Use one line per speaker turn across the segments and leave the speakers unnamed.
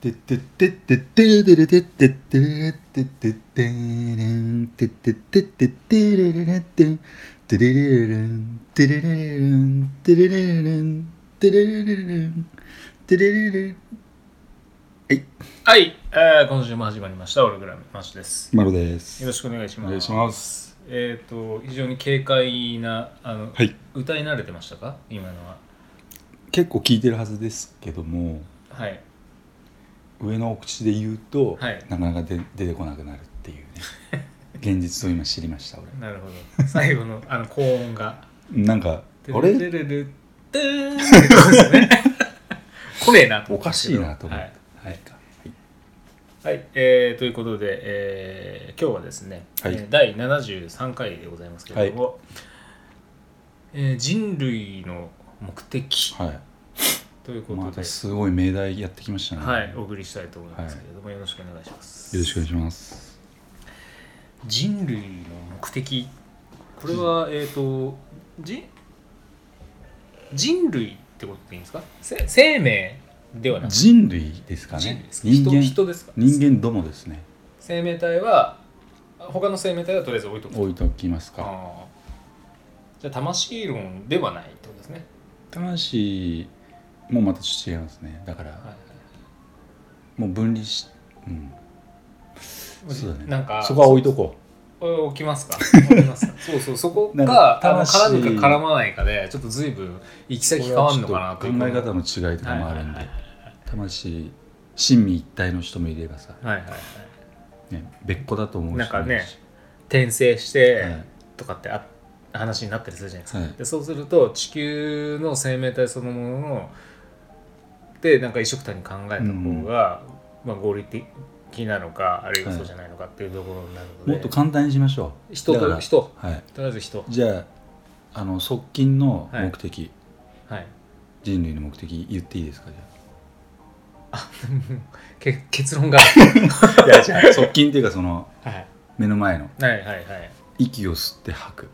てってってってってれれてってってれってってってれんてってってってってれれれってんてれれれれんてれれれれんてれれれれんてれれれれれんてれれれれん
はい、えー今週も始まりました、オルグラムマッシュです。
マロです
よろしくお願いします。
お願いします
えっ、と、非常に軽快な、あの、
はい
歌い慣れてましたか今のは。
結構聞いてるはずですけども
はい。
上のお口で言うと、
はい
なかなかで出てこなくなるっていうね現実を今知りました
なるほど。最後の、 あの、高音が。
俺なんかあ
て
れ
れれれてーんってことですね。 これなと
お
思っ
か
たけ
しい
ど
なと思って、
はい
はいはい
はい、えーということで、えー今日はですね、
はい
えー第73回でございますけれども、えー人類の目的
はい
ということ
ま
で、
たすごい命題やってきましたね。
はい、お
よ
送りしたいと思いますけれども、よろしくお願いします。
ろしくお願いします。
人類の目的、これは、えー、と人人類ってことでいいんですかせ生命ではなくて、
人類ですかね
人類で。すか
人
人
間、
人ですか
人間どもですね。
生命体は、他の生命体はとりあえず置いとくと
置いときますか。
あーじゃあ魂論ではないってことですね、
魂もまたちょっと違いますね。だから、
はいはい
もう分離し、うん、そうだね。
なんか
そこは置いとこ
これ起きま すか起きますかそうそうそこ
なん
が
か
あの絡
魂
むか絡まないかでちょっと随分行き
う。
先変わんの
これ
か
は
な
ちょ
と
っ
いう
と考え方の違いとかもあるん
はい
で、魂、親身一体の人もいればさ、
はいはいはい
ね、別個だと思う人
なんか
もいる
ね
し
転生して
はい
とかってあ話になったりするじゃないですか、
はい
でそうすると地球の生命体そのもののでなんか一緒くたに考えた方が、まあ、合理的なのかあるいはそうじゃないのかっていうところになるので、
もっと簡単にしましょう。
人
だか
と
ら
人
はい。
とりあえず人
じゃああの側近の目的、
はい
人類の目的言っていいですかじ
け結 論が
ゃあいやじゃあ 側近っていうかその
はい
目の前の
はいはいはい
息を吸って吐く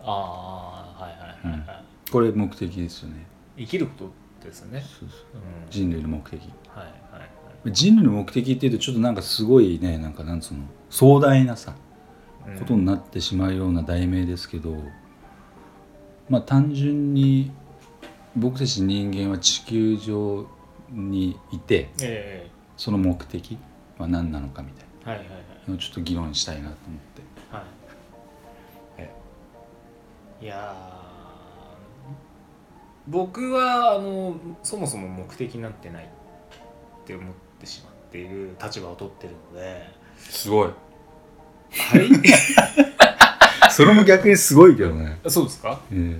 ああはいはいはい、はい
これ目的ですよね
生きることですよねうん
人類の目的
はいはいはい
人類の目的っていうとちょっとなんかすごいねなんかなんつうの壮大なさ
うん
ことになってしまうような題名ですけど、まあ単純に僕たち人間は地球上にいて
え
その目的は何なのかみたい
えはいはいはい
なのをちょっと議論したいなと思って
はい
え
いやー僕はあのそもそも目的なんてないって思ってしまっている立場を取ってるので
すごい
は
それも逆にすごいけどね。
いそうですか
え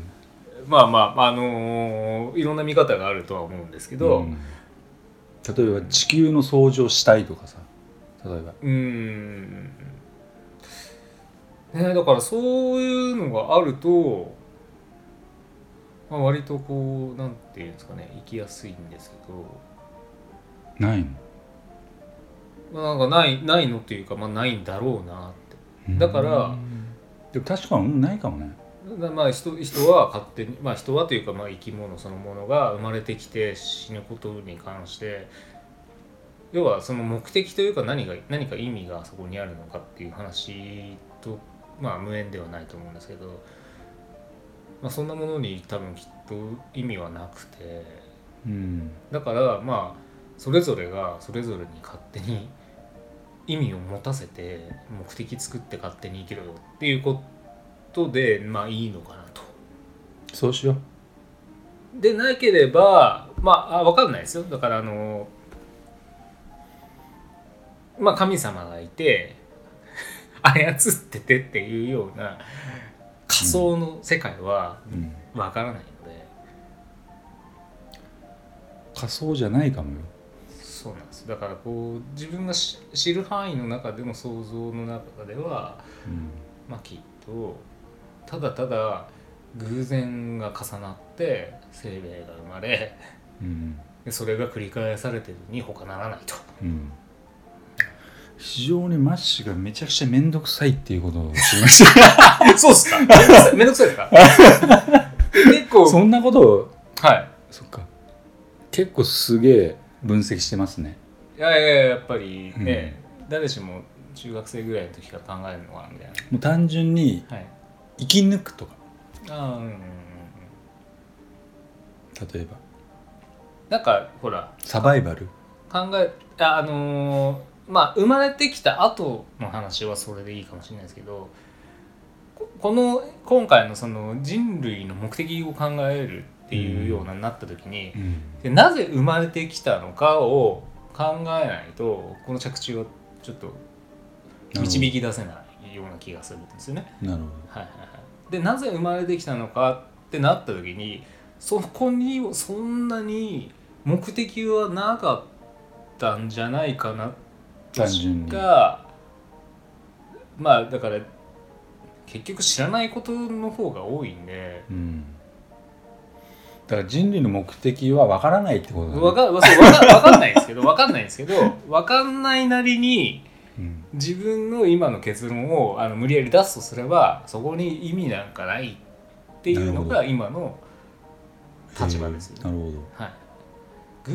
まあまあ、あのーいろんな見方があるとは思うんですけ
え
ど、
う
うん
例えば地球の掃除をしたいとかさ例えば
ーん、ね、だからそういうのがあると、まあ、割とこうなんていうんですかね生きやすいんですけど
ないの、
まあなんかないないのっていうか、まあ、ないんだろうなってだから
うんでも確かにうんないかもね
だからまあ人人は勝手に、まあ、人はというかまあ生き物そのものが生まれてきて死ぬことに関して要はその目的というか何が何か意味がそこにあるのかっていう話と、まあ、無縁ではないと思うんですけど、まあ、そんなものに多分きっと意味はなくて
うん
だからまあそれぞれがそれぞれに勝手に意味を持たせて目的作って勝手に生きろよっていうことでまあいいのかなと。
そうしよう
でなければまああ分かんないですよだからあのまあ神様がいて 操っててっていうような仮想の世界は
うん
分からないので、
仮想じゃないかもよ
そうなんですだからこう自分がし知る範囲の中での想像の中では
うん
まあきっとただただ偶然が重なって生命が生まれ
うん
でそれが繰り返されてるに他ならない と。
うん非常にマッシュがめちゃくちゃ面倒くさいっていうことを知りました
そうっすかめんどくさ いめんどくさい ですか結構、
そんなことを
はい。
そっか結構すげえ分析してますね
いやいやいややっぱりね、誰しも中学生ぐらいの時から考えるのかなみたい
もう単純に
なはい
生き抜くとか
あーうんうんうんうん
例えば
なんかほら
サバイバル
考えああのーまあ生まれてきた後の話はそれでいいかもしれないですけどここの今回のその人類の目的を考えるっていうようなになった時に、
うん
でなぜ生まれてきたのかを考えないとこの着地はちょっと導き出せないような気がするんですよね。
なるほど
はいはいはい、でなぜ生まれてきたのかってなった時にそこにそんなに目的はなかったんじゃないかな
単純に
がまあだから結局知らないことの方が多いんで。
うんだから人類の目的は分からないってことだね
わかわそうわかわかんないですけどわかんないですけどわかんないなりに
うん
自分の今の結論をあの無理やり出すとすればそこに意味なんかないっていうの
な
が今の立場ですよ
へー
ね、
なるほど、
はい、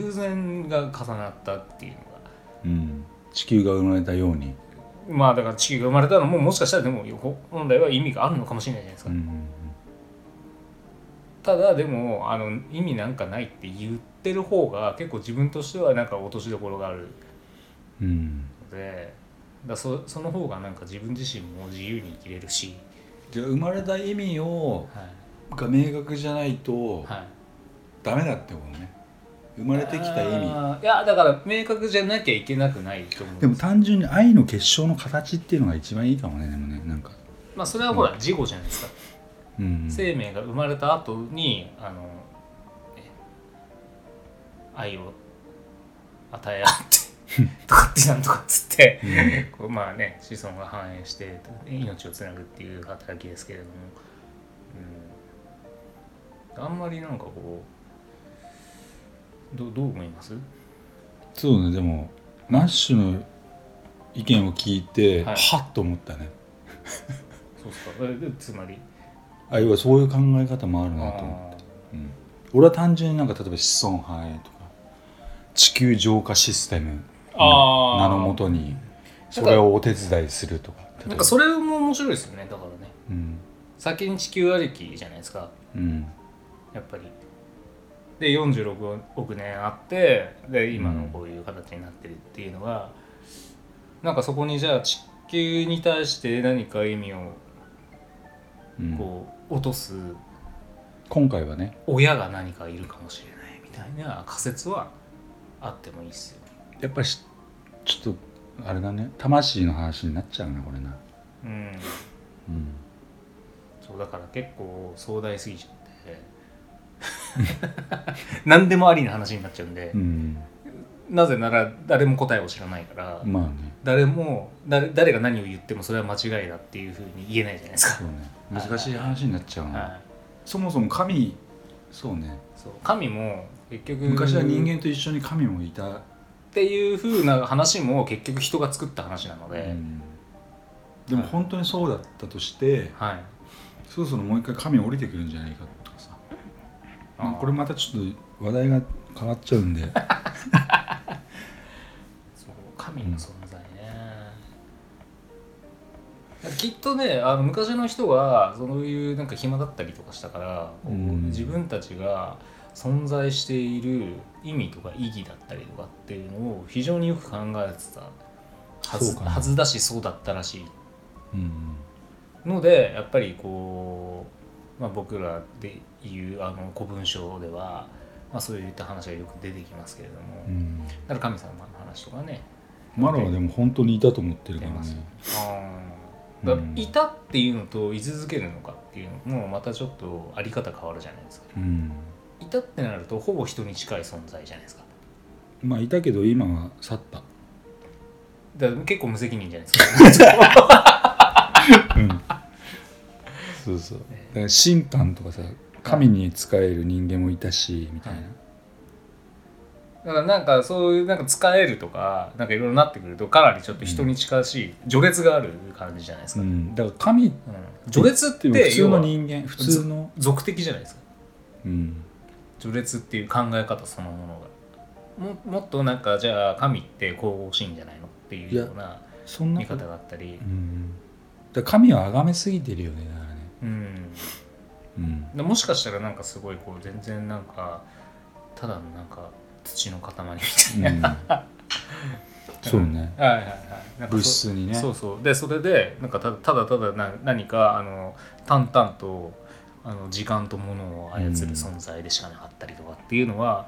偶然が重なったっていうのが
うん、地球が生まれたように、
まあだから地球が生まれたのももしかしたらでもほ本来は意味があるのかもしれないじゃないです
う
か、
んうん
ただでもあの意味なんかないって言ってる方が結構自分としてはなんか落としどころがある
うんうん、
のでだそその方がなんか自分自身も自由に生きれるし、
じゃあ生まれた意味を
はい
が明確じゃないと
はい、
ダメだってことね生まれてきた意味
あーいやだから明確じゃなきゃいけなくないと思う
でも単純に愛の結晶の形っていうのが一番いいかもねでもねなんか
まあそれはほら事故じゃないですか、
うん
生命が生まれた後にあのね愛を与え合って とかってなんとかっつって
うん
こうまあね子孫が繁栄して命をつなぐっていう働きですけれども、うん、あんまりなんかこうどどう思います
そうねでもナッシュの意見を聞いて、
はい
はっと思ったね
そうっすかえでつまり
あ要はそういう考え方もある
あ
なと思
ー
う、うん、俺は単純になんか例えば子孫繁栄とか地球浄化システム
あー
名のもとにそれをお手伝いするとか
なんかそれも面白いですよねだからね
うん
先に地球ありきじゃないですか
うん
やっぱりで46億年あってで今のこういう形になってるっていうのが、なんかそこにじゃあ地球に対して何か意味を
うん
こう落とす
今回はね
親が何かいるかもしれないみたいな仮説はあってもいいっすよ、
やっぱしちょっとあれだね魂の話になっちゃうなこれな
うん、
うん
そうだから結構壮大すぎちゃって 何でもありな話になっちゃうんで、
うん
なぜなら誰も答えを知らないから、
まあね
誰も誰誰が何を言ってもそれは間違いだっていうふうに言えないじゃないです
そ
か、
うね難しい話になっちゃうな、
はい、
そもそも神そうね
そう神も結局
昔は人間と一緒に神もいた、
っていうふうな話も結局人が作った話なので、
うんでも本当にそうだったとして
はい
そろそろもう一回神降りてくるんじゃないかとかさ
あー
これまたちょっと話題が変わっちゃうんで
そう神の存在ね、だからきっとねあの昔の人はそういうなんか暇だったりとかしたから、こう
うん
自分たちが存在している意味とか意義だったりとかっていうのを非常によく考えてたは
そ
ず
うかな
はずだしそうだったらしい
うん
のでやっぱりこう、まあ、僕らでいうあの古文書では、まあ、そういった話がよく出てきますけれども、
う
だ
ん
から神様の話とかね
マロはでも本当にいたと思ってる
出
から
ます
ね
だ
うん
いたっていうのと居続けるのかっていうのもまたちょっとあり方変わるじゃないですか
うん
いたってなるとほぼ人に近い存在じゃないですか
まあいたけど今は去った
だから結構無責任じゃないですか
そうそうだから審判とかさ神に仕える人間もいたしみたいな、
はいだからなんかそういうなんか使えるとかなんかいろいろなってくるとかなりちょっと人に近しい序列がある感じじゃないです
う
か、
ん、だから神っ
うん序列って
て普通
要
の
は
人間普通の、
属的じゃないですか
うん、
序列っていう考え方そのものがももっとなんかじゃあ神って神々しいんじゃないのっていうような
そんな
見
こと
方があったり
う、んだから神を崇めすぎてるよねだからね
うん、
うん
でもしかしたらなんかすごいこう全然なんかただのなんか土の塊みたいな、
うん、そうね
はいはいはいなんかそ
物質にね
そうそうでそれでなんかたただただな何かあの淡々とあの時間と物を操る存在でしかなかったりとかっていうのは、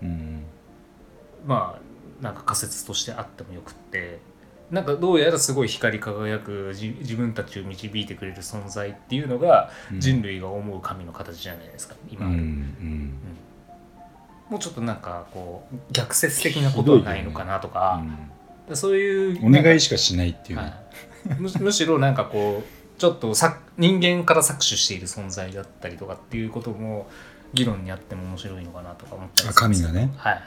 うん
まあなんか仮説としてあってもよくってなんかどうやらすごい光り輝くじ自分たちを導いてくれる存在っていうのが
うん
人類が思う神の形じゃないですか今
う
あ
ん
る、
うん
もうちょっとなんかこう逆説的なことはないのかなとか、そういう
うんお願いしかしないっていう
は
ね
い、む むしろなんかこうちょっとさ人間から搾取している存在だったりとかっていうことも議論にあっても面白いのかなとか思ったり
あ神がね
はい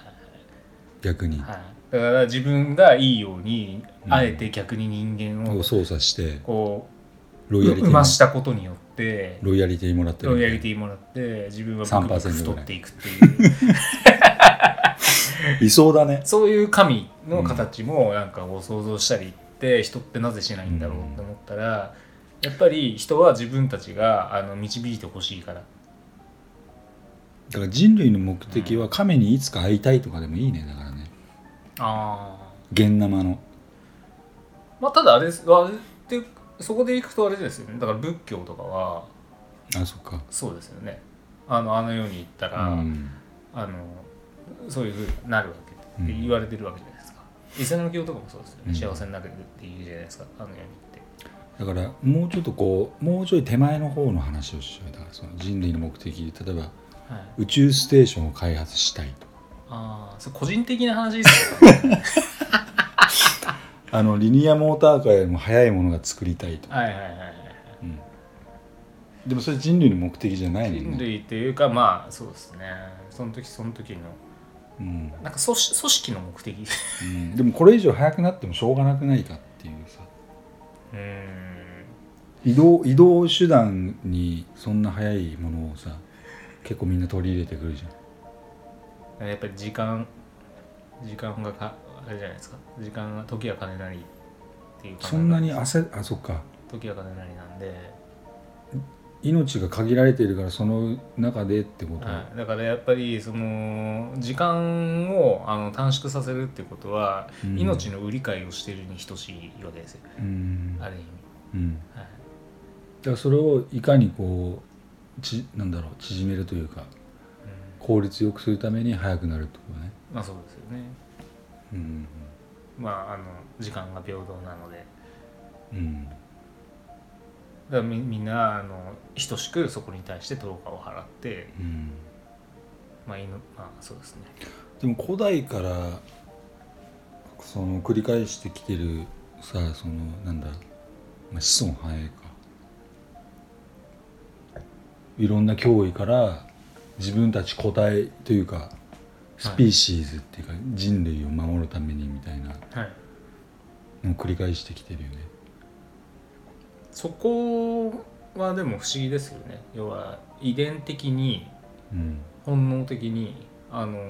逆に
はいはいだから自分がいいように、
うん
あえて逆に人間を
を操作して
こう
ロイヤリテ
生
ィも
ましたことによって
ロイヤリティもらってる
ロイヤリティもらって自分はブクブク
3%
太っていくっていう
いそうだね
そういう神の形もなんかこう想像したりって人ってなぜしないんだろうって思ったらやっぱり人は自分たちがあの導いてほしいから
だから人類の目的は神にいつか会いたいとかでもいいねだからね
あ
現生の
あまあただあれですあれってそこでいくとあれですよねだから仏教とかは
あそっか
そうですよねあのあの世に行ったら、
うん
あのそういうふうになるわけって言われてるわけじゃないですか、イスラム教とかもそうですよね、
うん
幸せになれるっていうじゃないですかあの世に行っ
だ
て
からもうちょっとこうもうちょい手前の方の話をしようだからその人類の目的例えば
はい
宇宙ステーションを開発したいとか
ああそれ個人的な話ですよね
あのリニアモーターカーよりも速いものが作りたいとか、
はいはいはいはい
うんでもそれ人類の目的じゃないの
人
ね、
類っていうかまあそうですねその時その時の
うん
なんか組織組織の 目的
うんでもこれ以上速くなってもしょうがなくないかっていうさ
うーん
移動移動手段にそんな速いものをさ結構みんな取り入れてくるじゃん
やっぱり時間時間がかあれじゃないですか時間が時は金なりっていう考え方
そんなに焦あそっか
時は金なりなんで、
命が限られているからその中でってこと、
はい、だからやっぱりその時間をあの短縮させるってことは、
うん
命の売り買いをしているに等しいわけですよ
うん
ある意味、
うん、だ
はい、
からそれをいかにこうちなんだろう縮めるというか
う
効率よくするために速くなるってことね、
んまあそうですよね
うん
まああの時間が平等なので
うん
だからみみんなあの等しくそこに対して等価を払って
うん、
まあいいのまあそうですね
でも古代からその繰り返してきてるさそのなんだ、まあ、子孫繁栄かいろんな脅威から自分たち個体というかスピーシーズっていうか人類を守るためにみたいな
はい
のを繰り返してきてるよね。
そこはでも不思議ですよね要は遺伝的に
うん
本能的にあのー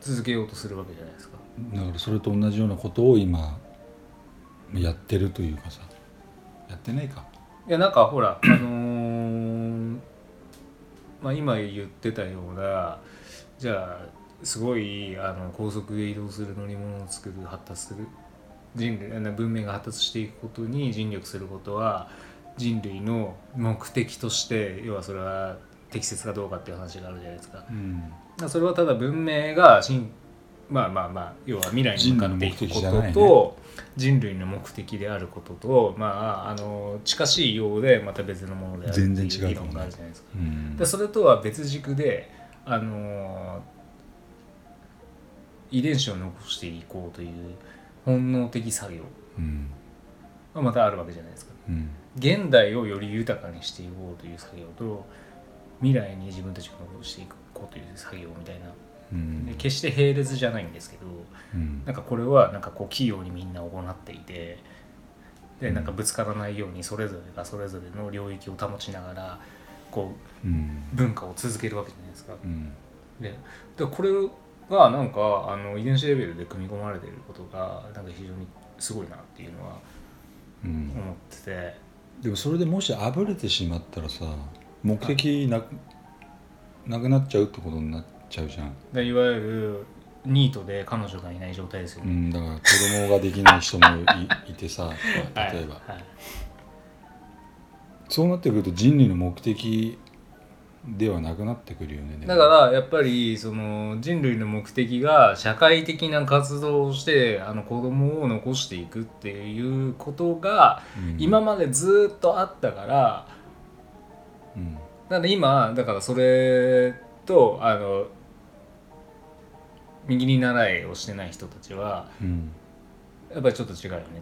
続けようとするわけじゃないですか
だからそれと同じようなことを今やってるというかさやってないか
いやなんかほらあのーまあ今言ってたようなじゃあすごいあの高速で移動する乗り物を作る発達する人類あの文明が発達していくことに尽力することは人類の目的として要はそれは適切かどうかっていう話があるじゃないですか。だか
うん
らそれはただ文明が進まあまあまあ要は未来に向かっていくこ
人類の目的じ
と
ゃないね
と人類の目的であることとまああの近しいようでまた別のものであるって
全然
い
違
う
う
議
と思う
論があるじゃないですか。
うん
でそれとは別軸であの遺伝子を残していこうという本能的作業
うん
がまたあるわけじゃないですか。
うん
現代をより豊かにしていこうという作業と未来に自分たちが残していこうという作業みたいな
うん
で決して並列じゃないんですけど
うん
なんかこれはなんかこう器用にみんな行っていてで
うん
なんかぶつからないようにそれぞれがそれぞれの領域を保ちながらこ
うん
う文化を続けるわけじゃないですか。
うん
でだからこれがなんかあの遺伝子レベルで組み込まれていることがなんか非常にすごいなっていうのは
うん
思ってて
でもそれでもしあぶれてしまったらさ目的なく,、なくなっちゃうってことになっちゃうじゃん、
でいわゆるニートで彼女がいない状態ですよ
う
ね。
ん、だから子供ができない人もいいて さ
はい
例えば、
はい
そうなってくると人類の目的ではなくなってくるよねでも
だからやっぱりその人類の目的が社会的な活動をしてあの子供を残していくっていうことが
うん
今までずっとあったから
うん
なんで今だからそれとあの右に習いをしてない人たちは
うん
やっぱりちょっと違うよねって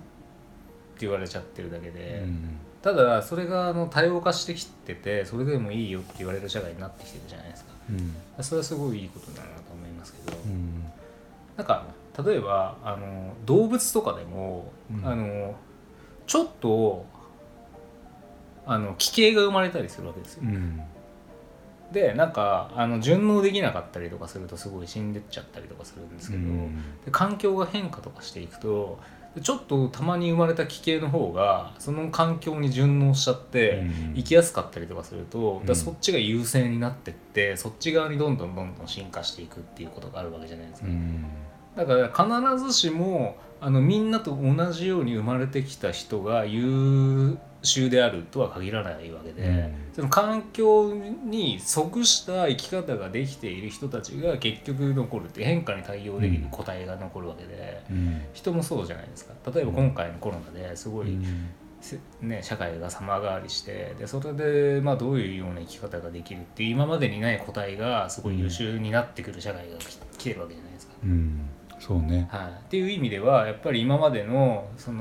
言われちゃってるだけ
う
で、
ん
ただそれがあの多様化してきててそれでもいいよって言われる社会になってきてるじゃないですか
うん
それはすごいいいことだなと思いますけど。
うん
なんか例えばあの動物とかでも、
うん
あのちょっとあの奇形が生まれたりするわけですよ。
うん
でなんかあの順応できなかったりとかするとすごい死んでっちゃったりとかするんですけど、で環境が変化とかしていくとでちょっとたまに生まれた奇形の方がその環境に順応しちゃって。生きやすかったりとかすると、だからそっちが優勢になってってそっち側にどんどんどんどん進化していくっていうことがあるわけじゃないです
う
か。
ん
だから必ずしもあのみんなと同じように生まれてきた人が優秀であるとは限らないわけで、
うん
その環境に即した生き方ができている人たちが結局残るって変化に対応できる個体が残るわけで、
うん
人もそうじゃないですか例えば今回のコロナですご
う
い、
ん
せね、社会が様変わりしてでそれで、まあ、どういうような生き方ができるっていう今までにない個体がすごい優秀になってくる社会がき来てるわけじゃないですか。
うんそうね
はい、っていう意味ではやっぱり今までのそ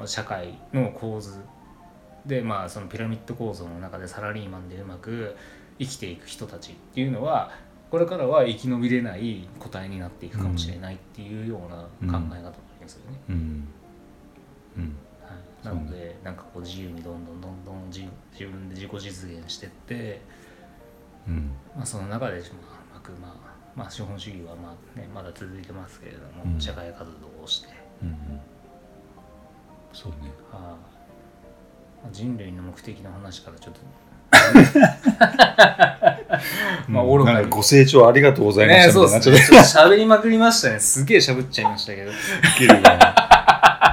の社会の構図で、まあ、そのピラミッド構造の中でサラリーマンでうまく生きていく人たちっていうのはこれからは生き延びれない個体になっていくかもしれないっていうような考え方がありますよね。
うんうん
はい、なのでなんかこう自由にどんどんどんどん自自分で自己実現してって、
うん
まあ、その中で、まあ、うまくまあまあ資本主義はまあ、ね、まだ続いてますけれども、
うん
社会活動をして。
うんうんそうね
はあ、人類の目的の話からちょっと まあ愚か
なん
に
かご清聴ありがとうございました
ねそう
みたいな
ですねちょっと喋りまくりましたねすげえ喋っちゃいましたけど
ちょっとウケるわ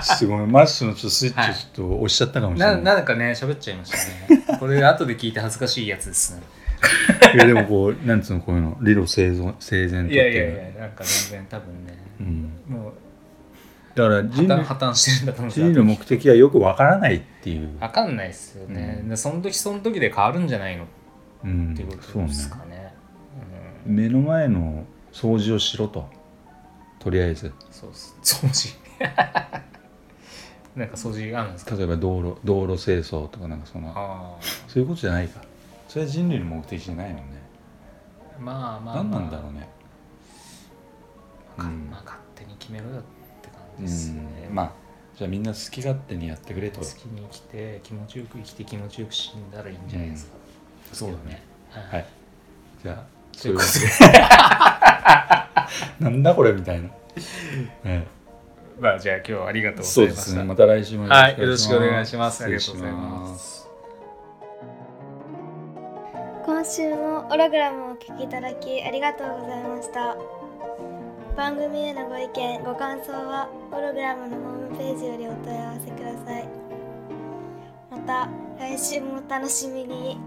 ちょっとごめんマッシュのちょっとスイッチをちょっと押しちゃったかもしれな、
ないなんかね喋っちゃいましたねこれ後で聞いて恥ずかしいやつですね
いやでもこうなんつうのこういうの理路整然整然とって
いやいやいやなんか全然多分ね
うん、
もう
だから
破
人
綻
類
破綻してるんだと思
人類
うんです
の目的がよくわからないっていう、
わかんないっすよね、
うん
でその時その時で変わるんじゃないのっ
うん
ていうこ、
そう
と
ね
ですかねうん
目の前の掃除をしろととりあえず
そうっす掃除 なんか掃除あるんですか
例えば道路道路清掃とかなんかその
あ
そういうことじゃないかそれは人類の目的じゃないのね
あまあまあ、まあ、
何なんだろうね
まあ
うん
まあ勝手に決めろよって感
う
じですね、
んまあじゃあみんな好き勝手にやってくれと
好きに生きて気持ちよく生きて気持ちよく死んだらいいんじゃないですか、
そうだね
は
はいいじゃあ
と
そ
いうう
いう
こ
こと
で
と なんだこれみたいな、え
まあじゃあ今日はありがとう
え
ござ
そ
いうま
で
した
すねまた来週も
はいよろしくお願いしますありがとうござ
失礼
い
し
ま
ます
今週もオログラムをお聞きいただきありがとうございました番組へのご意見ご感想はオログラムのホームページよりお問い合わせくださいまた来週もお楽しみに